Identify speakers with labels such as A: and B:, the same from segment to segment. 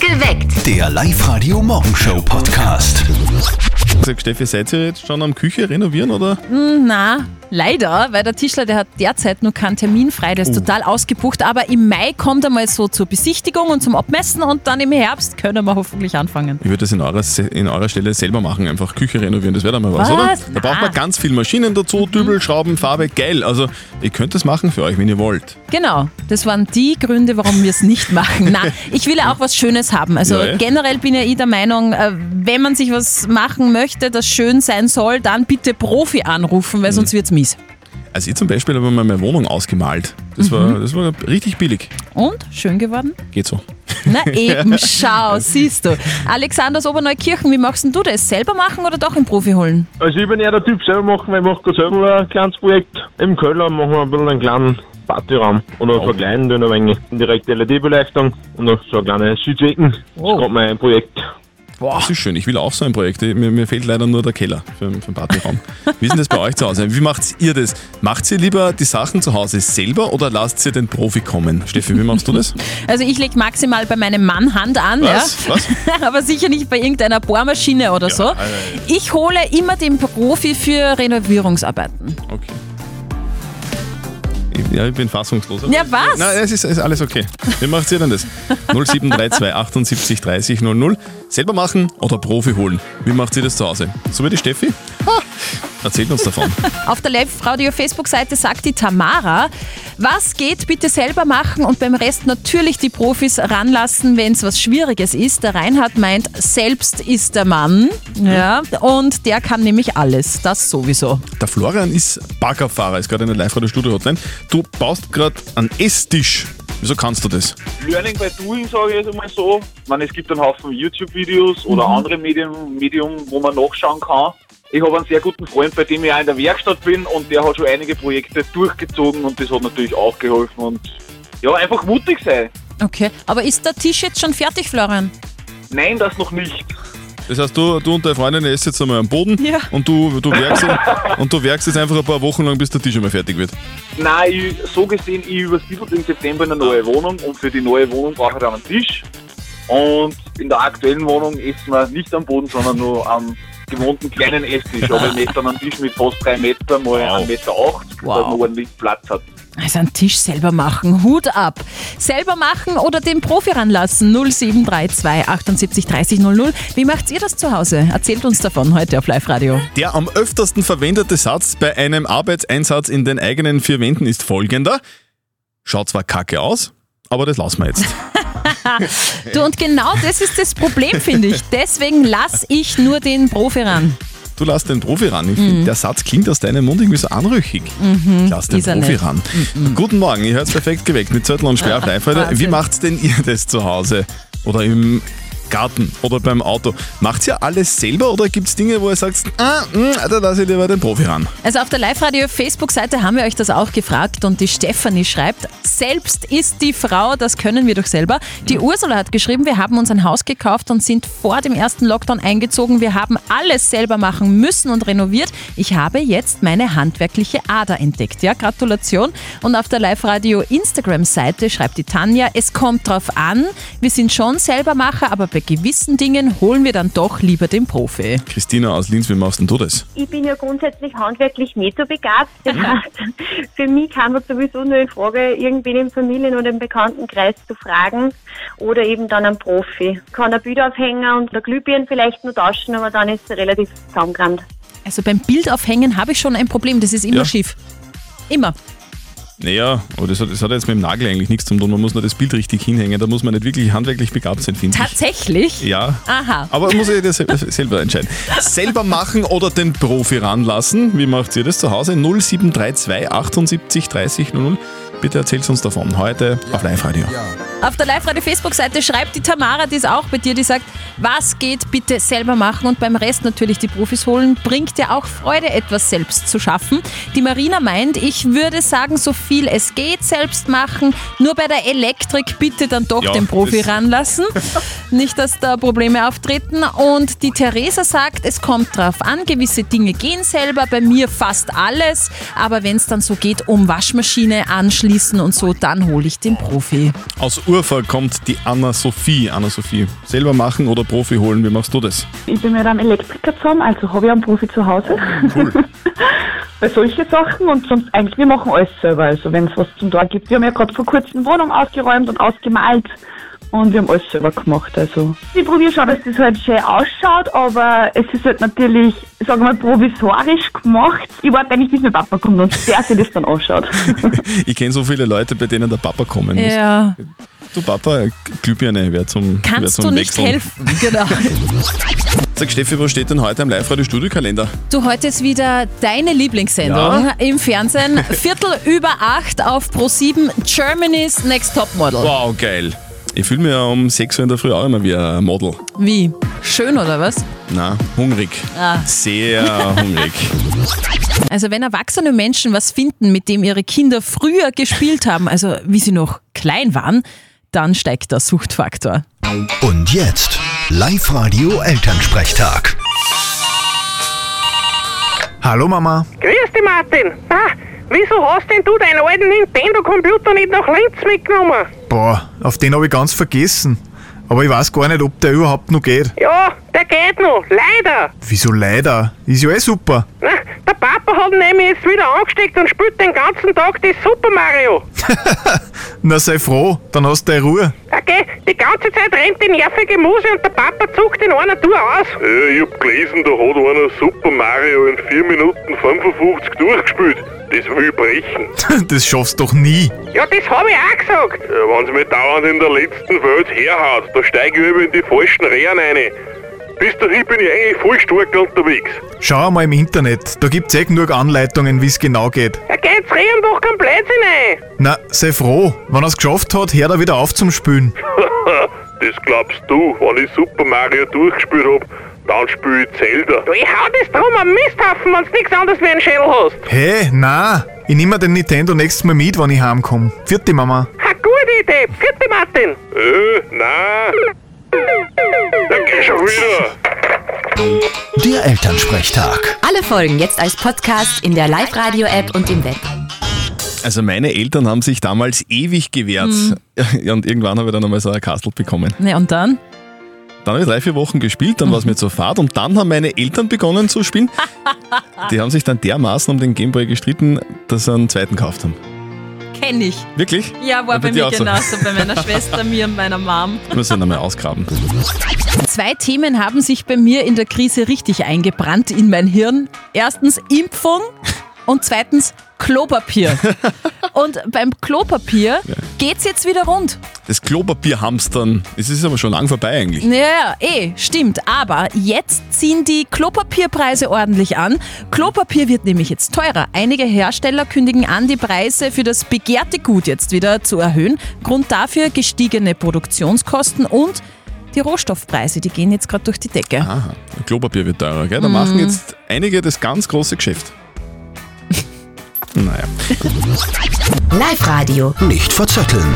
A: Geweckt.
B: Der Live-Radio-Morgenshow-Podcast.
C: Sag, Steffi, seid ihr jetzt schon am Küche renovieren oder?
D: Na, leider, weil der Tischler, der hat derzeit nur keinen Termin frei, der ist total ausgebucht, aber im Mai kommt er mal so zur Besichtigung und zum Abmessen und dann im Herbst können wir hoffentlich anfangen.
C: Ich würde das in eurer, Se- in eurer Stelle selber machen, einfach Küche renovieren, das wäre dann mal was,
D: Was?
C: oder? Da
D: Na.
C: braucht man ganz viel Maschinen dazu, Dübel, Schrauben, Farbe, geil. Also, ihr könnt das machen für euch, wenn ihr wollt.
D: Genau, das waren die Gründe, warum wir es nicht machen. Na, ich will ja auch was Schönes haben. Also
C: Ja, ja.
D: generell bin ja ich der Meinung, äh, wenn man sich was machen möchte, das schön sein soll, dann bitte Profi anrufen, weil sonst wird's mies.
C: Also, ich zum Beispiel habe mal meine Wohnung ausgemalt. Das, war, das war richtig billig.
D: Und schön geworden?
C: Geht so.
D: Na eben, schau, siehst du. Alexander aus Oberneukirchen, wie machst denn du das? Selber machen oder doch einen Profi holen?
E: Also ich bin eher der Typ selber machen, weil ich mache gerade selber ein kleines Projekt. Im Keller machen wir ein bisschen einen kleinen Partyraum. Oder so einen kleinen, den ein wenig indirekte LED-Beleuchtung E und noch so eine kleine Südwecken. Das ist gerade mein Projekt.
C: Das ist schön, ich will auch so ein Projekt. Mir, mir fehlt leider nur der Keller für, für den Partyraum. Wie ist denn das bei euch zu Hause? Wie macht ihr das? Macht ihr lieber die Sachen zu Hause selber oder lasst ihr den Profi kommen? Steffi, wie machst du das?
D: Also ich lege maximal bei meinem Mann Hand an,
C: Was?
D: ja.
C: Was?
D: aber sicher nicht bei irgendeiner Bohrmaschine oder so.
C: also-
D: Ich hole immer den Profi für Renovierungsarbeiten.
C: Okay. Ich- Ja, ich bin fassungslos.
D: Ja, was?
C: Nein, es ist, ist alles okay. Wie macht ihr denn das? 0732 78 30 00. Selber machen oder Profi holen? Wie macht ihr das zu Hause? So wie die Steffi? Ha! Erzählt uns davon.
D: Auf der Live-Radio Facebook-Seite sagt die Tamara, was geht bitte selber machen und beim Rest natürlich die Profis ranlassen, wenn es was Schwieriges ist. Der Reinhard meint, selbst ist der Mann. Ja, und der kann nämlich alles. Das sowieso.
C: Der Florian ist Baggerfahrer, ist gerade in der Live-Radio-Studio-Hotline. Du baust gerade einen Esstisch. Wieso kannst du das?
F: Learning by Doing, sage ich jetzt einmal so. Ich meine, es gibt einen Haufen YouTube-Videos oder andere Medien, Medium, wo man nachschauen kann. Ich habe einen sehr guten Freund, bei dem ich auch in der Werkstatt bin und der hat schon einige Projekte durchgezogen und das hat natürlich auch geholfen und ja, einfach mutig sein.
D: Okay, aber ist der Tisch jetzt schon fertig, Florian?
F: Nein, das noch nicht.
C: Das heißt, du, du und deine Freundin esst jetzt einmal am Boden
D: Ja.
C: und, du, du werkst, und du werkst jetzt einfach ein paar Wochen lang, bis der Tisch einmal fertig wird.
F: Nein, ich, so gesehen, ich übersiedel im September eine neue Wohnung und für die neue Wohnung brauche ich dann einen Tisch. Und in der aktuellen Wohnung essen wir nicht am Boden, sondern nur am gewohnten kleinen Esstisch. Aber ich messe dann einen Tisch mit fast drei Meter mal
C: Wow.
F: 1,80 Meter, 80,
D: Wow.
F: dass man ordentlich Platz hat.
D: Also einen Tisch selber machen, Hut ab. Selber machen oder den Profi ranlassen, 0732 78 30 00. Wie macht ihr das zu Hause? Erzählt uns davon heute auf Live-Radio.
C: Der am öftersten verwendete Satz bei einem Arbeitseinsatz in den eigenen vier Wänden ist folgender. Schaut zwar kacke aus, aber das lassen wir jetzt.
D: Du, und genau das ist das Problem, finde ich. Deswegen lasse ich nur den Profi ran.
C: Du lass den Profi ran.
D: Mhm.
C: Ich find, Der Satz klingt aus deinem Mund irgendwie so anrüchig. Lass den
D: ist er
C: Profi
D: nicht. Mhm.
C: ran. Guten Morgen, ihr hört's perfekt geweckt mit Zettel und Sperr auf live heute. Wie
D: Wahnsinn.
C: macht's denn ihr das zu Hause? Oder im Garten oder beim Auto? Macht's ihr alles selber oder gibt's Dinge, wo ihr sagt, ah, mh, da lass ich lieber den Profi ran?
D: Also auf der Live-Radio-Facebook-Seite haben wir euch das auch gefragt und die Stefanie schreibt, selbst ist die Frau, das können wir doch selber. Die Ursula hat geschrieben, wir haben uns ein Haus gekauft und sind vor dem ersten Lockdown eingezogen. Wir haben alles selber machen müssen und renoviert. Ich habe jetzt meine handwerkliche Ader entdeckt. Ja, Gratulation. Und auf der Live-Radio-Instagram-Seite schreibt die Tanja, es kommt drauf an, wir sind schon Selbermacher, aber bei gewissen Dingen holen wir dann doch lieber den Profi.
C: Christina aus Linz, wie machst denn du das?
G: ich bin ja grundsätzlich handwerklich nicht so begabt. Das heißt, für mich kam es sowieso nur in Frage, irgendwen im Familien- oder im Bekanntenkreis zu fragen oder eben dann einen Profi. Ich kann ein Bild aufhängen und ein Glühbirnen vielleicht nur tauschen, aber dann ist es relativ zusammengerannt.
D: Also beim Bildaufhängen habe ich schon ein Problem, das ist immer
C: Ja.
D: schief. Immer.
C: Naja, aber das hat, das hat jetzt mit dem Nagel eigentlich nichts zu tun. Man muss nur das Bild richtig hinhängen. Da muss man nicht wirklich handwerklich begabt sein, finde ich.
D: Tatsächlich?
C: Ja.
D: Aha.
C: Aber muss ich das sel- äh, selber entscheiden. Selber machen oder den Profi ranlassen? Wie macht ihr das zu Hause? 0732 78 30 00. Bitte erzählt uns davon. Heute auf Live-Radio.
D: Auf der Live-Radio-Facebook-Seite schreibt die Tamara, die ist auch bei dir, die sagt, Was geht, bitte selber machen und beim Rest natürlich die Profis holen. Bringt ja auch Freude, etwas selbst zu schaffen. Die Marina meint, ich würde sagen, so viel es geht, selbst machen. Nur bei der Elektrik bitte dann doch
C: Ja,
D: den Profi
C: das-
D: ranlassen. Nicht, dass da Probleme auftreten. Und die Theresa sagt, es kommt drauf an, gewisse Dinge gehen selber, bei mir fast alles. Aber wenn es dann so geht, um Waschmaschine anschließen und so, dann hole ich den Profi.
C: Aus Urfa kommt die Anna-Sophie. Anna-Sophie, selber machen oder Profi holen, wie machst du das?
A: Ich bin mit einem Elektriker zusammen, also habe ich einen Profi zu Hause. Bei solchen Sachen und sonst eigentlich, wir machen alles selber. Also wenn es was zum Tor gibt. Wir haben ja gerade vor kurzem Wohnung ausgeräumt und ausgemalt und wir haben alles selber gemacht. Also ich probiere schon, dass das halt schön ausschaut, aber es ist halt natürlich, sagen wir mal, provisorisch gemacht. Ich warte eigentlich, bis mein Papa kommt und der sich das dann anschaut.
C: Ich kenne so viele Leute, bei denen der Papa kommen muss.
D: Ja,
C: Du Papa, Glühbirne, wer zum wer
D: kannst
C: zum
D: du nicht
C: Wechseln.
D: helfen. Genau.
C: Sag Steffi, was steht denn heute am Live-Radio-Studio-Kalender?
D: Du, heute ist wieder deine Lieblingssendung
C: Ja.
D: im Fernsehen. Viertel über acht auf Pro7 Germany's Next Topmodel.
C: Wow, geil. Ich fühle mich ja um 6 Uhr in der Früh auch immer wie ein Model.
D: Wie? Schön oder was?
C: Na, hungrig.
D: Ah.
C: Sehr hungrig.
D: Also wenn erwachsene Menschen was finden, mit dem ihre Kinder früher gespielt haben, also wie sie noch klein waren, dann steigt der Suchtfaktor.
B: Und jetzt Live-Radio Elternsprechtag.
H: Hallo Mama.
I: Grüß dich, Martin. Ah, wieso hast denn du deinen alten Nintendo-Computer nicht nach Linz mitgenommen?
H: Boah, auf den habe ich ganz vergessen. Aber ich weiß gar nicht, ob der überhaupt noch geht.
I: Ja, der geht noch, leider.
H: Wieso leider? Ist ja eh super.
I: Na, der Papa hat ihn nämlich jetzt wieder angesteckt und spielt den ganzen Tag das Super Mario.
H: Na sei froh, dann hast du deine Ruhe.
I: Okay, die ganze Zeit rennt die nervige Muse und der Papa zuckt in einer Tour aus.
J: Ja, Äh, ich hab gelesen, da hat einer Super Mario in 4 Minuten 55 durchgespielt. Das will ich brechen.
H: Das schaffst du doch nie.
I: Ja, das habe ich auch gesagt.
J: Ja, wenn sie mich dauernd in der letzten Welt herhaut, da steig ich über in die falschen Rehren rein. Bis dahin bin ich eigentlich voll stark unterwegs.
H: Schau mal im Internet, da gibt's eh genug Anleitungen, wie's genau geht.
I: Er geht reden doch kein Blödsinn ein.
H: Na, sei froh, wenn er's geschafft hat, hör da wieder auf zum Spülen.
J: das glaubst du, wenn ich Super Mario durchgespielt hab, dann spiel ich Zelda.
I: Du, ich hau das drum am Misthaufen, wenn du nichts anderes wie einen Schädel hast.
H: Hä, hey, na, ich nehm mir den Nintendo nächstes Mal mit, wenn ich heimkomm. Vierte Mama.
I: Ha, gute Idee. Vierte Martin.
J: Äh, nein. Dann geh schon wieder.
B: Der Elternsprechtag.
K: Alle Folgen jetzt als Podcast in der Live-Radio-App und im Web.
C: Also meine Eltern haben sich damals ewig gewehrt.
D: Mhm.
C: Ja, und irgendwann habe ich dann einmal so ein Kastel bekommen.
D: Ne, und dann?
C: Dann habe ich drei, vier Wochen gespielt, dann war
D: Mhm.
C: es mir zur Fahrt und dann haben meine Eltern begonnen zu spielen. Die haben sich dann dermaßen um den Gameboy gestritten, dass sie einen zweiten gekauft haben.
D: Kenne ich.
C: Wirklich?
D: Ja, war
C: Ja, bei
D: bei
C: dir
D: mir genau.
C: auch so.
D: genauso, bei meiner Schwester, mir und meiner Mom.
C: Müssen wir nochmal ausgraben.
D: Zwei Themen haben sich bei mir in der Krise richtig eingebrannt in mein Hirn. Erstens Impfung und zweitens Klopapier. Und beim Klopapier geht's jetzt wieder rund.
C: Das Klopapierhamstern, es ist aber schon lang vorbei eigentlich.
D: Ja, eh, stimmt. Aber jetzt ziehen die Klopapierpreise ordentlich an. Klopapier wird nämlich jetzt teurer. Einige Hersteller kündigen an, die Preise für das begehrte Gut jetzt wieder zu erhöhen. Grund dafür gestiegene Produktionskosten und die Rohstoffpreise, die gehen jetzt gerade durch die Decke.
C: Aha, Klopapier wird teurer, gell? Da machen jetzt einige das ganz große Geschäft. naja.
K: Live-Radio.
B: Nicht verzetteln.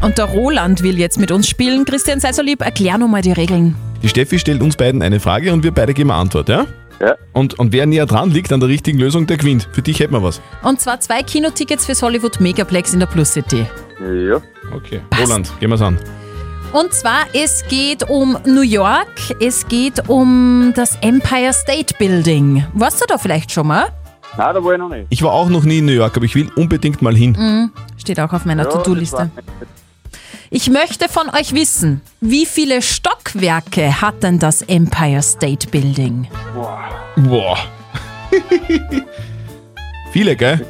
D: Und der Roland will jetzt mit uns spielen. Christian, sei so lieb, erklär nochmal die Regeln.
C: Die Steffi stellt uns beiden eine Frage und wir beide geben eine Antwort, ja?
F: Ja.
C: Und, und wer näher dran liegt an der richtigen Lösung, der gewinnt. Für dich hätten wir was.
D: Und zwar zwei Kinotickets fürs Hollywood Megaplex in der Plus City.
F: Ja.
C: Okay. Roland, gehen wir's an.
D: Und zwar, es geht um New York, es geht um das Empire State Building. Warst du da vielleicht schon mal?
F: Nein, da war ich noch nicht.
C: Ich war auch noch nie in New York, aber ich will unbedingt mal hin.
D: Steht auch auf meiner To-Do-Liste. Ich möchte von euch wissen, wie viele Stockwerke hat denn das Empire State Building?
C: Boah. Viele, gell?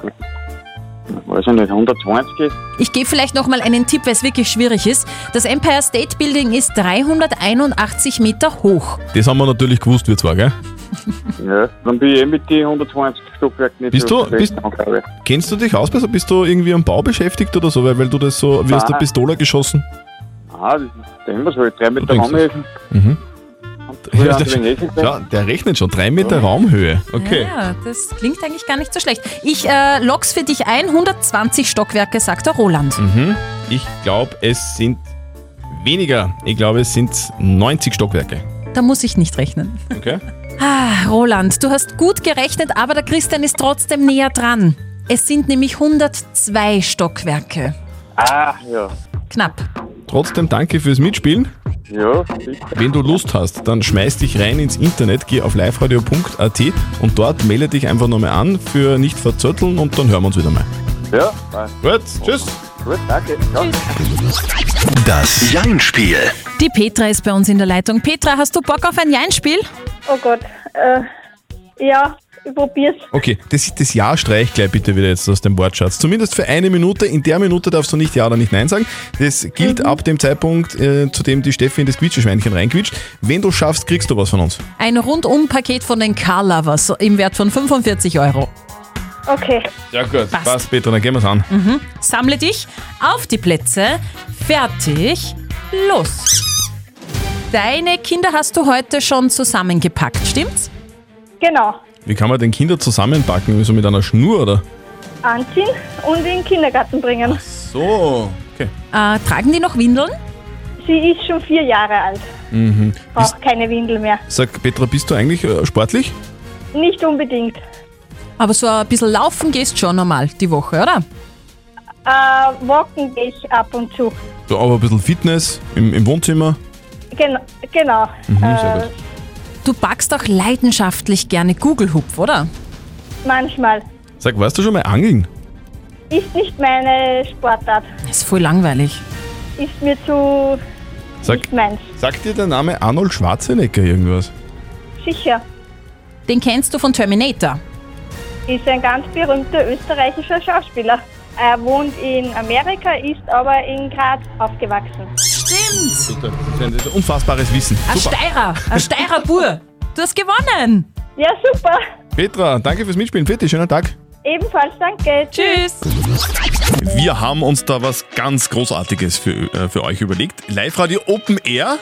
F: Weiß ich nicht, 120 ist?
D: Ich gebe vielleicht nochmal einen Tipp, weil es wirklich schwierig ist. Das Empire State Building ist 381 Meter hoch.
C: Das haben wir natürlich gewusst, wir zwar, gell?
F: Ja. Dann bin ich eh mit den 120 Stockwerken nicht
C: Bist
F: so
C: du- bist-
F: zufrieden, glaube ich.
C: Kennst du dich aus? besser? Bist du irgendwie am Bau beschäftigt oder so? Weil, weil du das so wie aus der
F: Nein.
C: Pistole geschossen.
F: Ah, das ist dem was halt. Drei Meter
C: denkst das.
F: Handhilfen.
C: Mhm. Ja, der, ja, der rechnet schon. Drei Meter Raumhöhe. Okay.
D: Ja, das klingt eigentlich gar nicht so schlecht. Ich äh, lock's für dich ein. 120 Stockwerke, sagt der Roland.
C: Mhm. Ich glaube, es sind weniger. Ich glaube, es sind 90 Stockwerke.
D: Da muss ich nicht rechnen.
C: Okay.
D: Ah, Roland, du hast gut gerechnet, aber der Christian ist trotzdem näher dran. Es sind nämlich 102 Stockwerke.
F: Ah, ja.
D: Knapp.
C: Trotzdem danke fürs Mitspielen.
F: Ja,
C: Wenn du Lust hast, dann schmeiß dich rein ins Internet, geh auf liveradio.at und dort melde dich einfach nochmal an für nicht verzötteln und dann hören wir uns wieder mal.
F: ja.
C: Gut, tschüss.
F: Gut, danke.
B: Das Jein-Spiel.
D: Die Petra ist bei uns in der Leitung. Petra, hast du Bock auf ein Jeinspiel?
L: Oh Gott. Äh, ja, ich probier's.
C: Okay, das, das Ja streich gleich bitte wieder jetzt aus dem Wortschatz. Zumindest für eine Minute. In der Minute darfst du nicht Ja oder nicht Nein sagen. Das gilt ab dem Zeitpunkt, äh, zu dem die Steffi in das Quietscheschweinchen reinquietscht. Wenn du schaffst, kriegst du was von uns.
D: Ein Rundum-Paket von den Car Lovers im Wert von 45 Euro.
L: Okay.
C: Ja gut, passt, Petra, dann gehen wir's an.
D: Mhm. Sammle dich auf die Plätze. Fertig. Los. Deine Kinder hast du heute schon zusammengepackt, stimmt's?
L: Genau.
C: Wie kann man denn Kinder zusammenpacken? So mit einer Schnur, oder?
L: Anziehen und in den Kindergarten bringen.
C: So. Okay.
D: Äh, tragen die noch Windeln?
L: Sie ist schon vier Jahre alt,
C: Mhm. Bist,
L: braucht keine Windel mehr.
C: sag, Petra, bist du eigentlich äh, sportlich?
L: Nicht unbedingt.
D: Aber so ein bisschen laufen gehst schon normal die Woche, oder?
L: Äh, walken gehe ich ab und zu.
C: So, aber ein bisschen Fitness im, im Wohnzimmer.
L: Genau. genau.
C: Mhm, sehr gut.
D: Du backst auch leidenschaftlich gerne Gugelhupf, oder?
L: Manchmal.
C: Sag, warst du schon mal angeln?
L: Ist nicht meine Sportart.
D: Ist voll langweilig.
L: Ist mir zu
C: Sag,
L: meins.
C: sagt dir der Name Arnold Schwarzenegger irgendwas?
L: Sicher.
D: Den kennst du von Terminator.
L: Ist ein ganz berühmter österreichischer Schauspieler. Er wohnt in Amerika, ist aber in Graz aufgewachsen.
D: Stimmt.
C: Bitte, das ist ein unfassbares Wissen.
D: Ein Steirer, ein Steirer Bur. Du hast gewonnen.
L: Ja, super.
C: Petra, danke fürs Mitspielen. Bitte, schönen Tag.
L: Ebenfalls danke.
D: Tschüss.
C: Wir haben uns da was ganz Großartiges für, äh, für euch überlegt. Live-Radio Open Air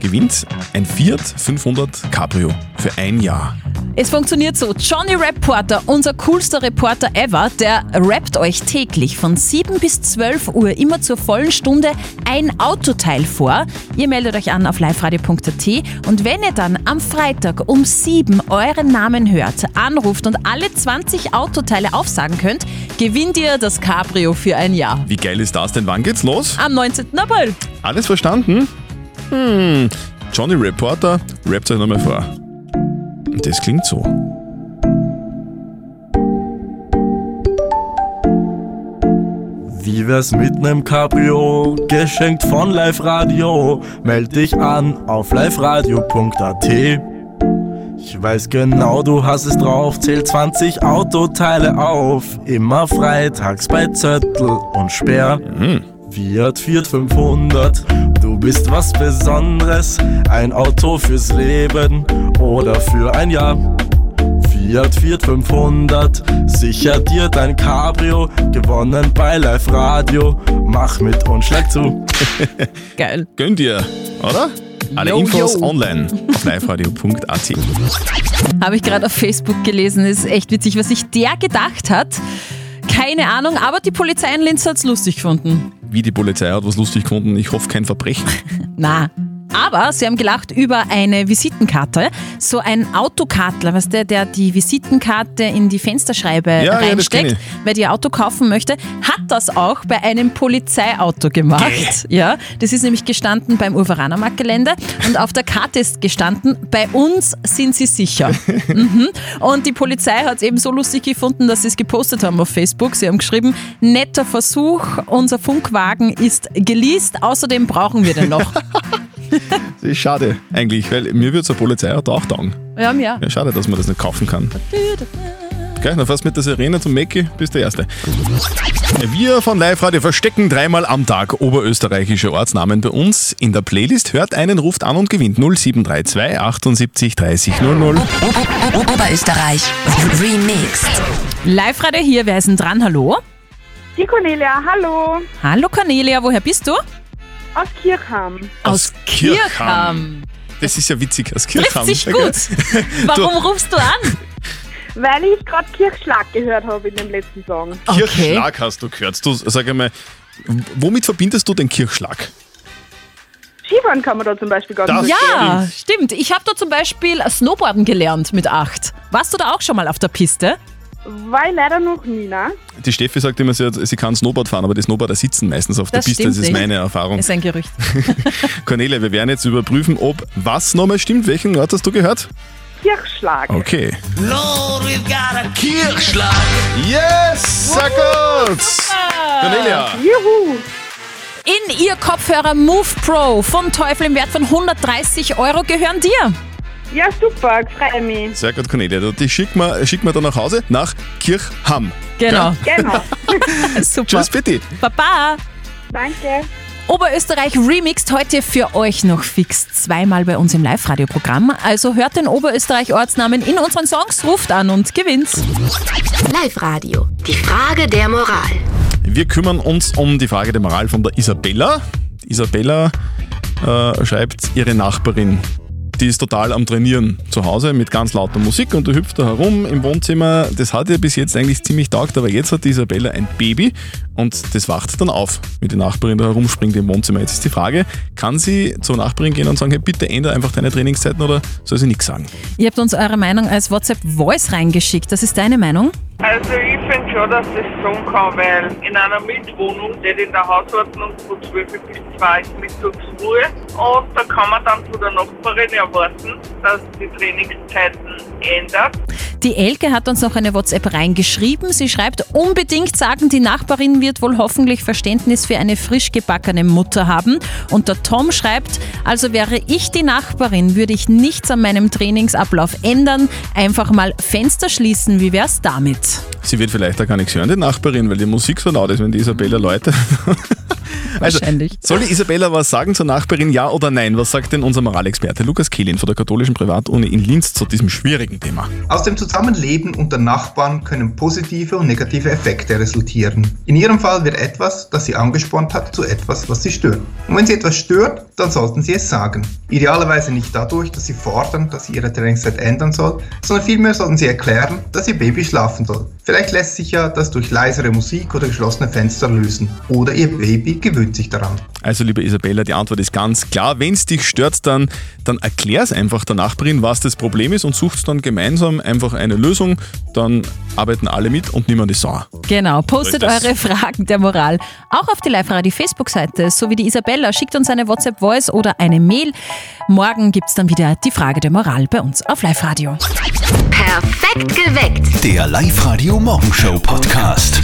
C: gewinnt ein Fiat 500 Cabrio für ein Jahr.
D: Es funktioniert so. Johnny Rapporter, unser coolster Reporter ever, der rappt euch täglich von 7 bis 12 Uhr immer zur vollen Stunde ein Autoteil vor. Ihr meldet euch an auf liveradio.at und wenn ihr dann am Freitag um 7 euren Namen hört, anruft und alle 20 Autoteile aufsagen könnt, gewinnt ihr das Cabrio für ein Jahr.
C: Wie geil ist das denn? Wann geht's los?
D: Am 19. April.
C: Alles verstanden? Hm. Johnny Reporter, rappt euch nochmal vor. Und das klingt so.
M: Wie wär's mit nem Cabrio? Geschenkt von Live Radio. Meld dich an auf liveradio.at. Ich weiß genau, du hast es drauf. Zähl 20 Autoteile auf. Immer freitags bei Zöttl und Sperr. Fiat 4500, du bist was Besonderes. Ein Auto fürs Leben oder für ein Jahr. Fiat 4500 sichert dir dein Cabrio, gewonnen bei Live Radio. Mach mit und schlag zu.
D: Geil.
C: Gönn dir, oder? Alle
D: Yo,
C: Infos
D: yo.
C: online auf liveradio.at.
D: Habe ich gerade auf Facebook gelesen. Ist echt witzig, was sich der gedacht hat. Keine Ahnung, aber die Polizei in Linz hat's lustig gefunden.
C: Wie die Polizei hat was lustig gefunden. Ich hoffe, kein Verbrechen.
D: Na. Aber sie haben gelacht über eine Visitenkarte. So ein Autokartler, weißt du, der die Visitenkarte in die Fensterscheibe
C: Ja, ja, das
D: reinsteckt,
C: kenn
D: wer die Auto kaufen möchte, hat das auch bei einem Polizeiauto gemacht. Ja, das ist nämlich gestanden beim Urveranermarktgelände und auf der Karte ist gestanden, bei uns sind sie sicher. Mhm. Und die Polizei hat es eben so lustig gefunden, dass sie es gepostet haben auf Facebook. Sie haben geschrieben, netter Versuch, unser Funkwagen ist geleast, außerdem brauchen wir den noch.
C: Das ist schade. Eigentlich, weil mir würde es der Polizei auch taugen.
D: ja, ja.
C: Ja, schade, dass man das nicht kaufen kann. Gleich, dann fährst mit der Sirene zum Mäcki, bist der Erste. Wir von Live Radio verstecken dreimal am Tag oberösterreichische Ortsnamen bei uns in der Playlist. Hört einen, ruft an und gewinnt 0732 78 30 00.
K: Oberösterreich Remixed.
D: Live-Radio hier, wer ist denn dran? Hallo?
N: Die Cornelia, hallo,
D: Hallo Cornelia, woher bist du?
N: aus Kirchheim.
D: Aus
C: Kirchheim. Das ist ja witzig aus
D: Trifft
C: Kirchheim.
D: sich
C: ja,
D: gut.
C: gell?
D: Warum rufst du an?
N: Weil ich gerade Kirchschlag gehört habe in dem letzten Song.
C: Du, Kirchschlag hast du gehört. Du, sag einmal, w- womit verbindest du den Kirchschlag?
N: Skifahren kann man da zum Beispiel gar
C: Das
N: nicht.
D: Ja, stimmt. Ich habe da zum Beispiel Snowboarden gelernt mit acht. Warst du da auch schon mal auf der Piste?
N: Weil leider noch nie, ne?
C: Die Steffi sagt immer, sie, hat, sie kann Snowboard fahren, aber die Snowboarder sitzen meistens auf
D: Das
C: der Piste.
D: stimmt eh.
C: Das ist
D: nicht.
C: meine Erfahrung.
D: Ist ein Gerücht.
C: Cornelia, wir werden jetzt überprüfen, ob was nochmal stimmt. Welchen Ort hast du gehört?
N: Kirchschlag.
C: Okay.
O: Lord, we've got a Kirschschlag.
C: Yes, sehr gut. Cornelia.
N: Juhu!
D: In ihr Kopfhörer Move Pro von Teufel im Wert von 130 Euro gehören dir.
N: Ja, super, freue mich.
C: Sehr gut, Cornelia. Du, Die schick mal, schick mal dann nach Hause nach Kirchham.
D: Genau.
C: Gell?
N: Genau.
D: Super.
C: Tschüss, bitte.
D: Baba.
N: Danke.
D: Oberösterreich remixt heute für euch noch fix zweimal bei uns im Live-Radio-Programm. Also hört den Oberösterreich-Ortsnamen in unseren Songs, ruft an und gewinnt.
K: Live-Radio. Die Frage der Moral.
C: Wir kümmern uns um die Frage der Moral von der Isabella. Die Isabella äh, schreibt ihre Nachbarin. Die ist total am Trainieren zu Hause mit ganz lauter Musik und die hüpft da herum im Wohnzimmer. Das hat ihr bis jetzt eigentlich ziemlich taugt, aber jetzt hat die Isabella ein Baby und das wacht dann auf, wie die Nachbarin da herumspringt im Wohnzimmer. Jetzt ist die Frage, kann sie zur Nachbarin gehen und sagen, hey, bitte ändere einfach deine Trainingszeiten oder soll sie nichts sagen?
D: Ihr habt uns eure Meinung als WhatsApp-Voice reingeschickt. Das ist deine Meinung?
I: Also ich finde schon, dass das tun kann, weil in einer Mietwohnung steht in der Hausordnung von 12 bis 2 ist Mittagsruhe und da kann man dann von der Nachbarin erwarten, dass die Trainingszeiten ändert.
D: Die Elke hat uns noch eine WhatsApp reingeschrieben. Sie schreibt, unbedingt sagen, die Nachbarin wird wohl hoffentlich Verständnis für eine frisch gebackene Mutter haben. Und der Tom schreibt, also wäre ich die Nachbarin, würde ich nichts an meinem Trainingsablauf ändern. Einfach mal Fenster schließen, wie wär's damit?
C: Sie wird vielleicht auch gar nichts hören, die Nachbarin, weil die Musik so laut ist, wenn die Isabella Leute. Wahrscheinlich. Also, soll die Isabella was sagen zur Nachbarin, ja oder nein? Was sagt denn unser Moralexperte Lukas Kehlin von der katholischen Privatuni in Linz zu diesem schwierigen Thema?
P: Aus dem Zusammenleben unter Nachbarn können positive und negative Effekte resultieren. In ihrem Fall wird etwas, das sie angespornt hat, zu etwas, was sie stört. Und wenn sie etwas stört, dann sollten sie es sagen. Idealerweise nicht dadurch, dass sie fordern, dass sie ihre Trainingszeit ändern soll, sondern vielmehr sollten sie erklären, dass ihr Baby schlafen soll. Vielleicht lässt sich ja das durch leisere Musik oder geschlossene Fenster lösen. Oder ihr Baby gewöhnt sich daran.
C: Also, liebe Isabella, die Antwort ist ganz klar. Wenn es dich stört, dann, dann erklär es einfach der Nachbarin, was das Problem ist und sucht dann gemeinsam einfach eine Lösung. Dann arbeiten alle mit und niemand ist sauer.
D: Genau, postet
C: Das-
D: eure Fragen der Moral auch auf die Live-Radio-Facebook-Seite, sowie die Isabella. Schickt uns eine WhatsApp-Voice oder eine Mail. Morgen gibt's dann wieder die Frage der Moral bei uns auf Live-Radio.
K: Perfekt geweckt.
B: Der Live-Radio Morgenshow Podcast.